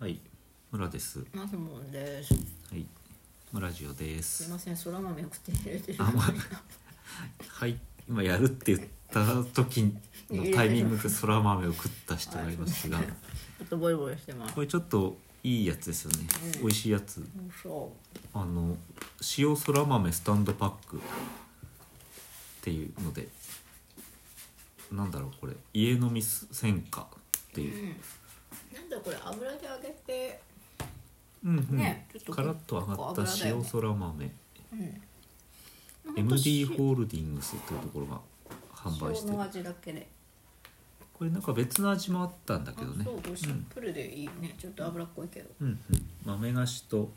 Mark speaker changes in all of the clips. Speaker 1: はい、村です。
Speaker 2: マフモンです。
Speaker 1: はい、村ジオです
Speaker 2: い
Speaker 1: す。
Speaker 2: ません、そら豆を食って入れてる。
Speaker 1: あま あはい、今やるって言った時のタイミングでそら豆を食った人がいますが、
Speaker 2: ちょっとボイボイしてます
Speaker 1: こ。れちょっといいやつですよね。
Speaker 2: うん
Speaker 1: 美味しいやつ。
Speaker 2: そ
Speaker 1: あの塩そら豆スタンドパックっていうので、なんだろうこれ家飲み専科って
Speaker 2: う。う
Speaker 1: いう。
Speaker 2: ん。なんだこれ、油で揚げて。
Speaker 1: うんうん。
Speaker 2: ねちょっと
Speaker 1: カラッと揚がった
Speaker 2: 油だよ
Speaker 1: 塩
Speaker 2: ね
Speaker 1: そら豆。
Speaker 2: うん。
Speaker 1: MD
Speaker 2: ー
Speaker 1: ホールディングスというところが販売してる
Speaker 2: の味だけで。
Speaker 1: これなんか別の味もあったんだけど
Speaker 2: あ
Speaker 1: ね
Speaker 2: そう、これシ
Speaker 1: う
Speaker 2: ン
Speaker 1: ん
Speaker 2: プルでいいね。ちょっと油っこいけど。
Speaker 1: うんうん豆菓子と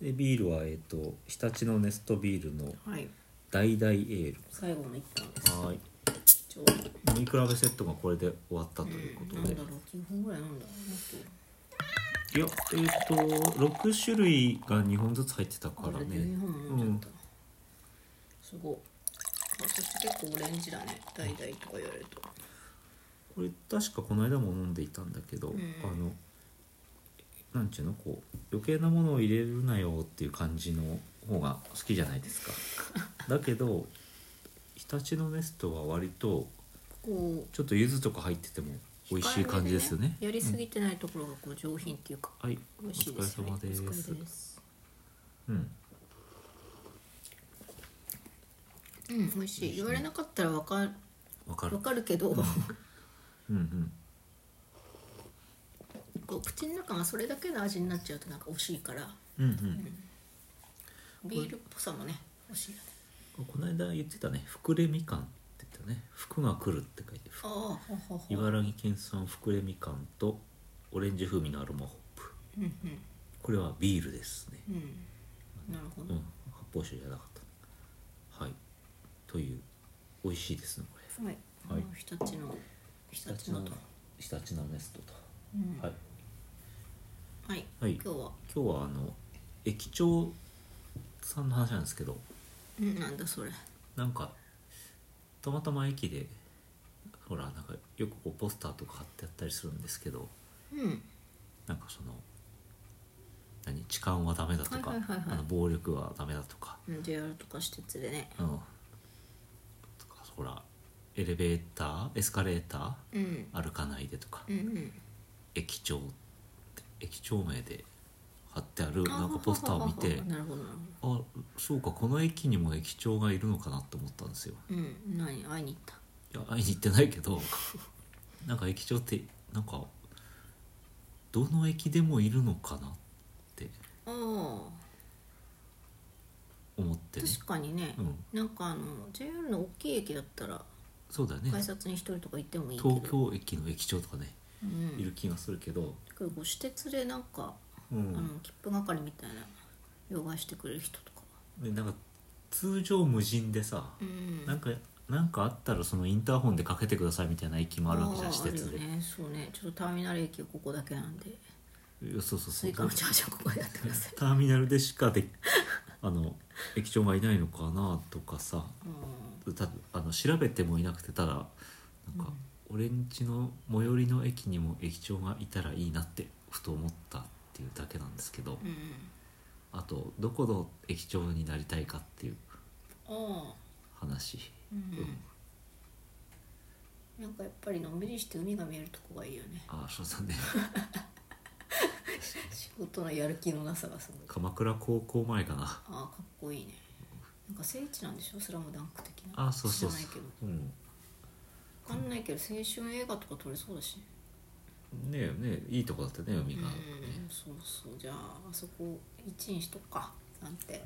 Speaker 1: でビールはえっ、と日立のネストビールの
Speaker 2: はい。
Speaker 1: ダイダイエール
Speaker 2: 最後の一貫です。
Speaker 1: はーい
Speaker 2: ちょうど。
Speaker 1: 飲み比べセットがこれで終わったというこ
Speaker 2: な
Speaker 1: とで、
Speaker 2: んだろう、基本ぐらいなんだろう。もっ
Speaker 1: いやえっ、と6種類が2本ずつ入ってたか
Speaker 2: と。あ
Speaker 1: ら
Speaker 2: れで
Speaker 1: ね
Speaker 2: 日本飲んじゃった。すごい。あそして結構オレンジだね。だいだいとか言われると。
Speaker 1: これ確かこの間も飲んでいたんだけど、
Speaker 2: うん
Speaker 1: あのなんちゅうのこう余計なものを入れるなよっていう感じの方が好きじゃないですか だけど日立のネストは割と
Speaker 2: こう。
Speaker 1: ちょっと柚子とか入ってても美味しい感じですよね
Speaker 2: やりすぎてないところがこう上品っていうか、
Speaker 1: はい
Speaker 2: 美味しいですよね
Speaker 1: お疲れ様です
Speaker 2: お疲れ様です
Speaker 1: うん
Speaker 2: うん美味しい言われなかったらわか
Speaker 1: わかる
Speaker 2: わかるけど、
Speaker 1: うんうん
Speaker 2: こう口の中がそれだけの味になっちゃうとなんか惜しいから
Speaker 1: うんうん、
Speaker 2: ビールっぽさもね欲しいよね
Speaker 1: この間言ってたね「ふくれみかん」って言ったね「福が来る」って書いて
Speaker 2: ああほうほうほう
Speaker 1: 茨城県産ふくれみかんとオレンジ風味のアロマホップ
Speaker 2: うんうん
Speaker 1: これはビールですね
Speaker 2: うんなるほ
Speaker 1: う
Speaker 2: ど、
Speaker 1: ん、発泡酒じゃなかった。はい。という、美味しいですね、これ。
Speaker 2: はい、あの日立の日立のと、
Speaker 1: 日立のネストと。
Speaker 2: うん
Speaker 1: はい。
Speaker 2: はい、
Speaker 1: はい
Speaker 2: 今日は
Speaker 1: 今日は、あの、駅長さんの話なんですけど、
Speaker 2: うんなんだそれ
Speaker 1: なんか、たまたま駅で、ほら、なんか、よくこうポスターとか貼ってあったりするんですけど、
Speaker 2: うん
Speaker 1: なんかその、何痴漢はダメだとか、
Speaker 2: はいはいはいはい
Speaker 1: あの暴力はダメだとか、
Speaker 2: うん JR とか施設でね
Speaker 1: うん、とかほらエレベーターエスカレーター、
Speaker 2: うん
Speaker 1: 歩かないでとか、
Speaker 2: うんうん
Speaker 1: 駅長って駅長名で貼ってある
Speaker 2: あ
Speaker 1: なんかポスターを見て
Speaker 2: なるほどなるほど
Speaker 1: あそうかこの駅にも駅長がいるのかなと思ったんですよ
Speaker 2: うん、何会いに行った
Speaker 1: いや会いに行ってないけ どなんか駅長ってなんかどの駅でもいるのかなって
Speaker 2: あ
Speaker 1: 思って
Speaker 2: あ
Speaker 1: ね
Speaker 2: 確かにね、
Speaker 1: うん
Speaker 2: なんかあの JR の大きい駅だったら
Speaker 1: そうだよね
Speaker 2: 改札に一人とか行ってもいいけど
Speaker 1: 東京駅の駅長とかね
Speaker 2: うん、
Speaker 1: いる気がするけど、
Speaker 2: これこう私鉄でなんか、
Speaker 1: う
Speaker 2: あ
Speaker 1: ん
Speaker 2: の切符係みたいな両替してくれる人とか
Speaker 1: でなんか通常無人でさ、
Speaker 2: うん
Speaker 1: なんかなんかあったらそのインターホンでかけてくださいみたいな駅もあるわけじゃん
Speaker 2: あ
Speaker 1: 施
Speaker 2: ー
Speaker 1: 設で、
Speaker 2: あるよねそうねちょっとターミナル駅はここだけなんで
Speaker 1: いやそうそうそ
Speaker 2: 追
Speaker 1: う
Speaker 2: 加のチャージはここでやってく ださい
Speaker 1: ターミナルでしかであの駅長がいないのかなとかさ
Speaker 2: うん
Speaker 1: たあの調べてもいなくてただなんか、俺んちの最寄りの駅にも駅長がいたらいいなってふと思ったっていうだけなんですけど、あとどこの駅長になりたいかっていう
Speaker 2: うんああ
Speaker 1: 話、
Speaker 2: うん、なんかやっぱりのんびりして海が見えるとこがいいよね
Speaker 1: ああそうだね
Speaker 2: 仕事のやる気のなさがすごい
Speaker 1: 鎌倉高校前かな
Speaker 2: ああかっこいいねなんか聖地なんでしょスラムダンク的な
Speaker 1: あそうそう
Speaker 2: 知らない
Speaker 1: そ
Speaker 2: け
Speaker 1: う
Speaker 2: ど、
Speaker 1: うん、
Speaker 2: 分かんないけど青春映画とか撮れそうだしね
Speaker 1: ねえねえいいとこだったね海
Speaker 2: う
Speaker 1: が、
Speaker 2: ん
Speaker 1: ね
Speaker 2: そうそうじゃああそこ一にしとくかなんて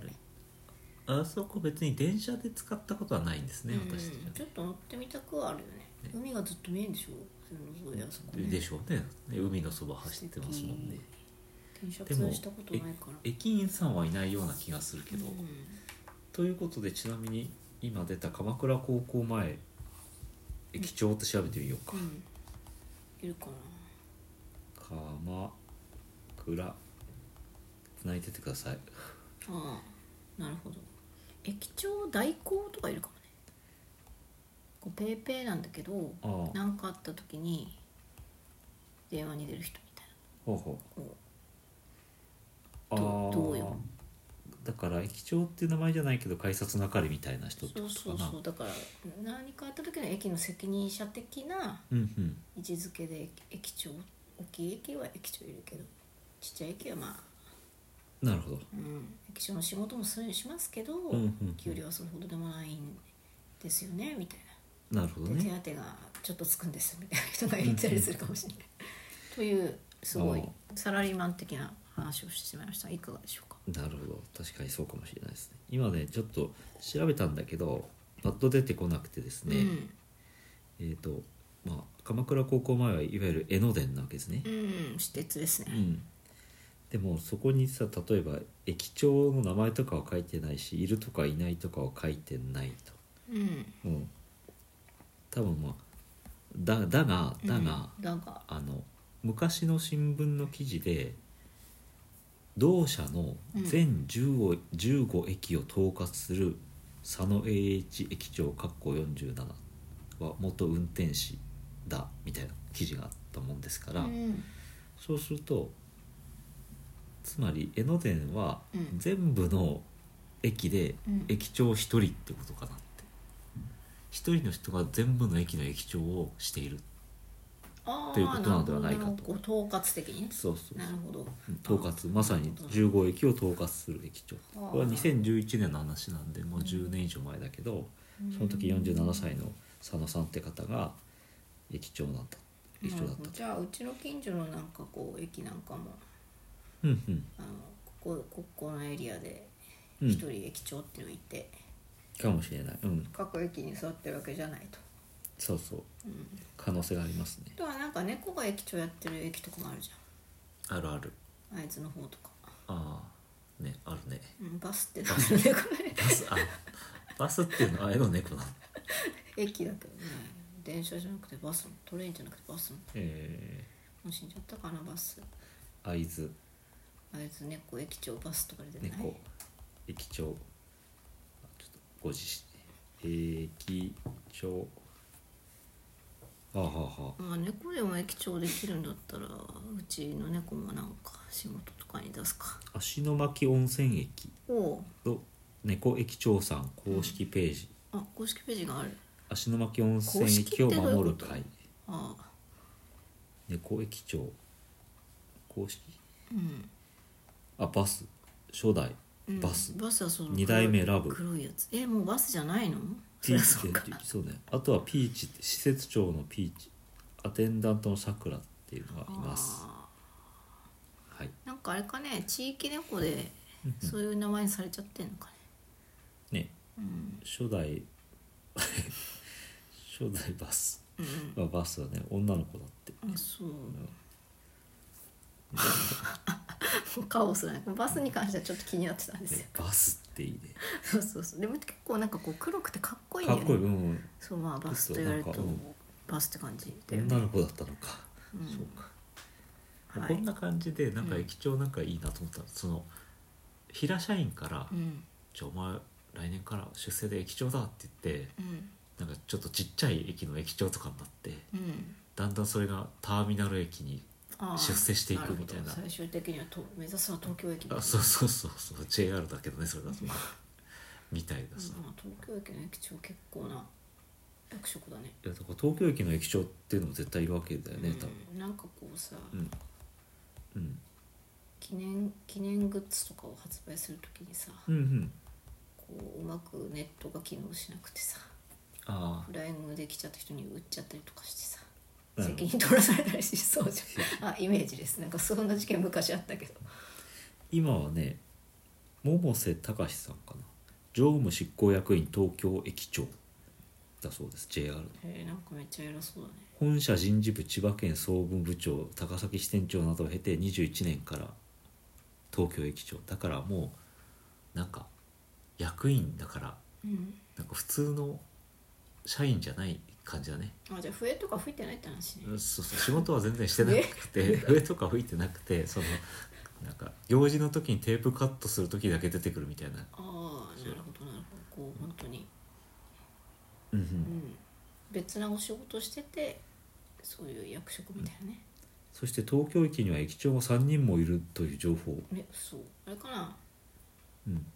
Speaker 1: あそこ別に電車で使ったことはないんですね、
Speaker 2: うん
Speaker 1: 私たちは
Speaker 2: ちょっと乗ってみたくはあるよね海がずっと見えるんでしょそれぞれあそこね
Speaker 1: でしょうねね海のそば走ってますもんね
Speaker 2: 転車
Speaker 1: でも
Speaker 2: したことないから
Speaker 1: え駅員さんはいないような気がするけど、
Speaker 2: うん
Speaker 1: ということでちなみに今出た鎌倉高校前駅長って調べてみようか、
Speaker 2: うんいるかな
Speaker 1: 鎌倉泣いててください
Speaker 2: ああなるほど駅長代行とかいるかもねこうペーペーなんだけど
Speaker 1: ああ
Speaker 2: 何かあった時に電話に出る人みたいな
Speaker 1: あほうほ
Speaker 2: こ
Speaker 1: うあ
Speaker 2: ど
Speaker 1: ー
Speaker 2: どうよ
Speaker 1: だから駅長っていう名前じゃないけど改札係みたいな
Speaker 2: う
Speaker 1: 人って
Speaker 2: そ
Speaker 1: こ
Speaker 2: うそ
Speaker 1: と
Speaker 2: う
Speaker 1: かな
Speaker 2: そうだから何かあった時の駅の責任者的な
Speaker 1: うんうん
Speaker 2: 位置づけで駅長大きい駅は駅長いるけどちっちゃい駅はまあ、
Speaker 1: なるほど
Speaker 2: うん、駅長の仕事もするしますけど、
Speaker 1: うんうんうん
Speaker 2: 給料はそれほどでもないんですよねみたい
Speaker 1: なるほど
Speaker 2: な、で
Speaker 1: ね
Speaker 2: 手当がちょっとつくんですみたいな人がいたりするかもしれない。 というすごい
Speaker 1: あー
Speaker 2: サラリーマン的な話をしてしまいましたいかがでしょうか
Speaker 1: なるほど確かにそうかもしれないですね今ねちょっと調べたんだけどパッと出てこなくてですね、えっ、とまあ鎌倉高校前はいわゆる江ノ電なわけですね
Speaker 2: うん、うん、私鉄です
Speaker 1: う
Speaker 2: ね、
Speaker 1: んでもそこにさ例えば駅長の名前とかは書いてないしいるとかいないとかは書いてないと
Speaker 2: うん、
Speaker 1: うん、多分まあだだがだが、
Speaker 2: うんだが
Speaker 1: あの昔の新聞の記事で同社の全10を、15駅を統括する佐野栄一駅長かっこ47は元運転士だみたいな記事があったもんですから、
Speaker 2: うん
Speaker 1: そうするとつまり江ノ電は
Speaker 2: うん
Speaker 1: 全部の駅で
Speaker 2: うん
Speaker 1: 駅長一人ってことかなって一人の人が全部の駅の駅長をしている
Speaker 2: あー
Speaker 1: ということなのではないかと
Speaker 2: るほどこう統括的にね
Speaker 1: そうそう
Speaker 2: なるほど
Speaker 1: 統括まさに15駅を統括する駅長
Speaker 2: あー
Speaker 1: これは2011年の話なんでもう10年以上前だけどその時47歳の佐野さんって方が駅長なんだ駅長だっ
Speaker 2: なるほど
Speaker 1: た
Speaker 2: じゃあうちの近所のなんかこう駅なんかも
Speaker 1: うんうん
Speaker 2: あのここここのエリアで
Speaker 1: うん
Speaker 2: 一人駅長っていうのがいて、
Speaker 1: かもしれないうん
Speaker 2: 各駅に座ってるわけじゃないと。
Speaker 1: そうそう
Speaker 2: うん、
Speaker 1: 可能性がありますね
Speaker 2: あとはなんか猫が駅長やってる駅とかもあるじ
Speaker 1: あるある
Speaker 2: ゃんあいつの方とか、
Speaker 1: ああねあるね
Speaker 2: うん、バスってなんだねこれ
Speaker 1: バスあバスっていうのはあれの猫なの
Speaker 2: 駅だけどね電車じゃなくてバスもトレインじゃなくてバスも
Speaker 1: え
Speaker 2: もう死んじゃったかなバス
Speaker 1: ー、会津
Speaker 2: あいつ猫駅長バスとかで出てない
Speaker 1: 猫駅長ちょっと誤字して駅長はあはあはあ
Speaker 2: まあ猫でも駅長できるんだったらうちの猫もなんか仕事とかに出すか
Speaker 1: 芦ノ牧温泉駅
Speaker 2: おお
Speaker 1: の猫駅長さん公式ページ、
Speaker 2: あ公式ページがある
Speaker 1: 芦ノ牧温泉駅を守る会
Speaker 2: ああ
Speaker 1: 猫駅長公式
Speaker 2: うん
Speaker 1: あバス初代
Speaker 2: うん
Speaker 1: バス、
Speaker 2: バスはその
Speaker 1: 二代目ラブ
Speaker 2: 黒いやつえもうバスじゃないのそ
Speaker 1: ピー
Speaker 2: りゃ
Speaker 1: チ
Speaker 2: そうか
Speaker 1: ってそうねあとはピーチって施設長のピーチアテンダントのさくらっていうのがいます
Speaker 2: あ
Speaker 1: はい
Speaker 2: ーなんかあれかね地域猫でそういう名前にされちゃってんのかね
Speaker 1: ね
Speaker 2: うん
Speaker 1: 初代 初代バス
Speaker 2: うん
Speaker 1: はバスはね女の子だって
Speaker 2: うんあそう 顔すらないバスに関してはちょっと気になってたんですよ
Speaker 1: ねバスっていいね
Speaker 2: そうそうそうでも結構なんかこう黒くてかっこいいんだ
Speaker 1: か
Speaker 2: よ
Speaker 1: っ
Speaker 2: ね
Speaker 1: こいい、うん、
Speaker 2: そうまあバスと言われると
Speaker 1: そうなんか
Speaker 2: バスって感じだよね
Speaker 1: 女の子だったのか、
Speaker 2: うん
Speaker 1: そうか、まあ
Speaker 2: はい
Speaker 1: こんな感じでなんか
Speaker 2: うん
Speaker 1: 駅長なんかいいなと思った、その平社員から「
Speaker 2: うん
Speaker 1: じゃあお前来年から出世で駅長だ」って言って
Speaker 2: うん
Speaker 1: なんかちょっとちっちゃい駅の駅長とかになって
Speaker 2: うん
Speaker 1: だんだんそれがターミナル駅に
Speaker 2: ああ
Speaker 1: 出世していくみたいな
Speaker 2: るほど最終的にはと目指すは東京駅
Speaker 1: あそうそうそうそう JR だけどねそれだとみたいなさ、
Speaker 2: うんまあ東京駅の駅長結構な役職だね
Speaker 1: いやだから東京駅の駅長っていうのも絶対いるわけだよね、多分
Speaker 2: うん、なんかこうさ、
Speaker 1: うんうん
Speaker 2: 記念記念グッズとかを発売するときにさ、
Speaker 1: うんうん
Speaker 2: こううまくネットが機能しなくてさ
Speaker 1: あ
Speaker 2: フライングできちゃった人に売っちゃったりとかしてさ
Speaker 1: なるほど
Speaker 2: 責任取らされたりしそうじゃんあイメージですなんかそんな事件昔あったけど
Speaker 1: 今はね百瀬隆さんかな常務執行役員東京駅長だそうです JR の
Speaker 2: へえなんかめっちゃ偉そうだね
Speaker 1: 本社人事部千葉県総務部長高崎支店長などを経て21年から東京駅長だからもうなんか役員だから
Speaker 2: うん
Speaker 1: なんか普通の社員じゃない感じだね
Speaker 2: あじゃあ笛とか吹いてないって話ね
Speaker 1: そうそう仕事は全然してなくて笛とか吹いてなくてそのなんか行事の時にテープカットする時だけ出てくるみたいな、
Speaker 2: ああなるほどなるほどこう本当に、
Speaker 1: うんう
Speaker 2: うんん、別なお仕事しててそういう役職みたいなね、
Speaker 1: そして東京駅には駅長が3人もいるという情報、
Speaker 2: えそうあれかな
Speaker 1: うん、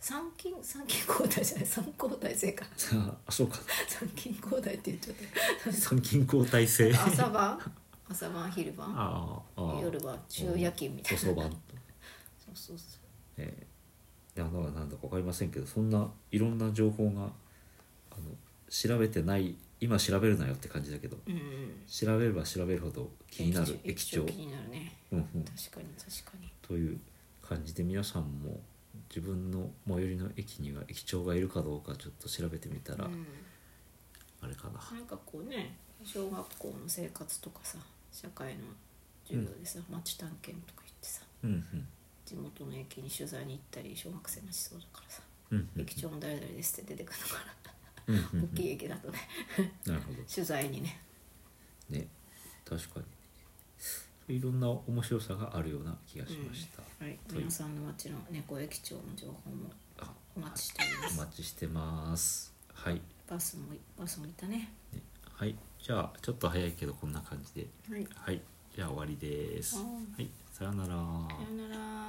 Speaker 2: 参勤参勤交代じゃない参交代制か
Speaker 1: あそうか
Speaker 2: 参勤交代って言っちゃっ
Speaker 1: 参勤交代制
Speaker 2: た朝晩朝晩昼晩
Speaker 1: ああああ
Speaker 2: 夜は昼夜勤みたいな
Speaker 1: 遅番と
Speaker 2: そうそうそう
Speaker 1: ええなんだかなんだか分かりませんけどそんないろんな情報があの調べてない今調べるなよって感じだけど
Speaker 2: うんうん
Speaker 1: 調べれば調べるほど気になる
Speaker 2: 液
Speaker 1: 駅
Speaker 2: 晶
Speaker 1: 長
Speaker 2: 気になるね
Speaker 1: うんうん
Speaker 2: 確かに確かに
Speaker 1: という感じで皆さんも自分の最寄りの駅には駅長がいるかどうかちょっと調べてみたら、
Speaker 2: うん
Speaker 1: あれかな、
Speaker 2: なんかこうね小学校の生活とかさ社会の授業でさ、町探検とか言ってさ
Speaker 1: うんうん
Speaker 2: 地元の駅に取材に行ったり小学生のしそうだからさ
Speaker 1: うんうん
Speaker 2: 駅長の誰々ですって出てくるか
Speaker 1: うん
Speaker 2: ら
Speaker 1: うんう
Speaker 2: 大
Speaker 1: ん
Speaker 2: きい駅だとね
Speaker 1: なるほど
Speaker 2: 取材にね
Speaker 1: ね確かにいろんな面白さがあるような気がしました、
Speaker 2: はい
Speaker 1: そう
Speaker 2: 皆さんの町の猫駅長の情報も
Speaker 1: あ
Speaker 2: お待ちしておりま
Speaker 1: お
Speaker 2: す
Speaker 1: 待ちしてますはい
Speaker 2: バスもいバスもいたね
Speaker 1: ねはいじゃあちょっと早いけどこんな感じで
Speaker 2: はい
Speaker 1: はいじゃあ終わりです
Speaker 2: はー
Speaker 1: はいさようなら
Speaker 2: さよなら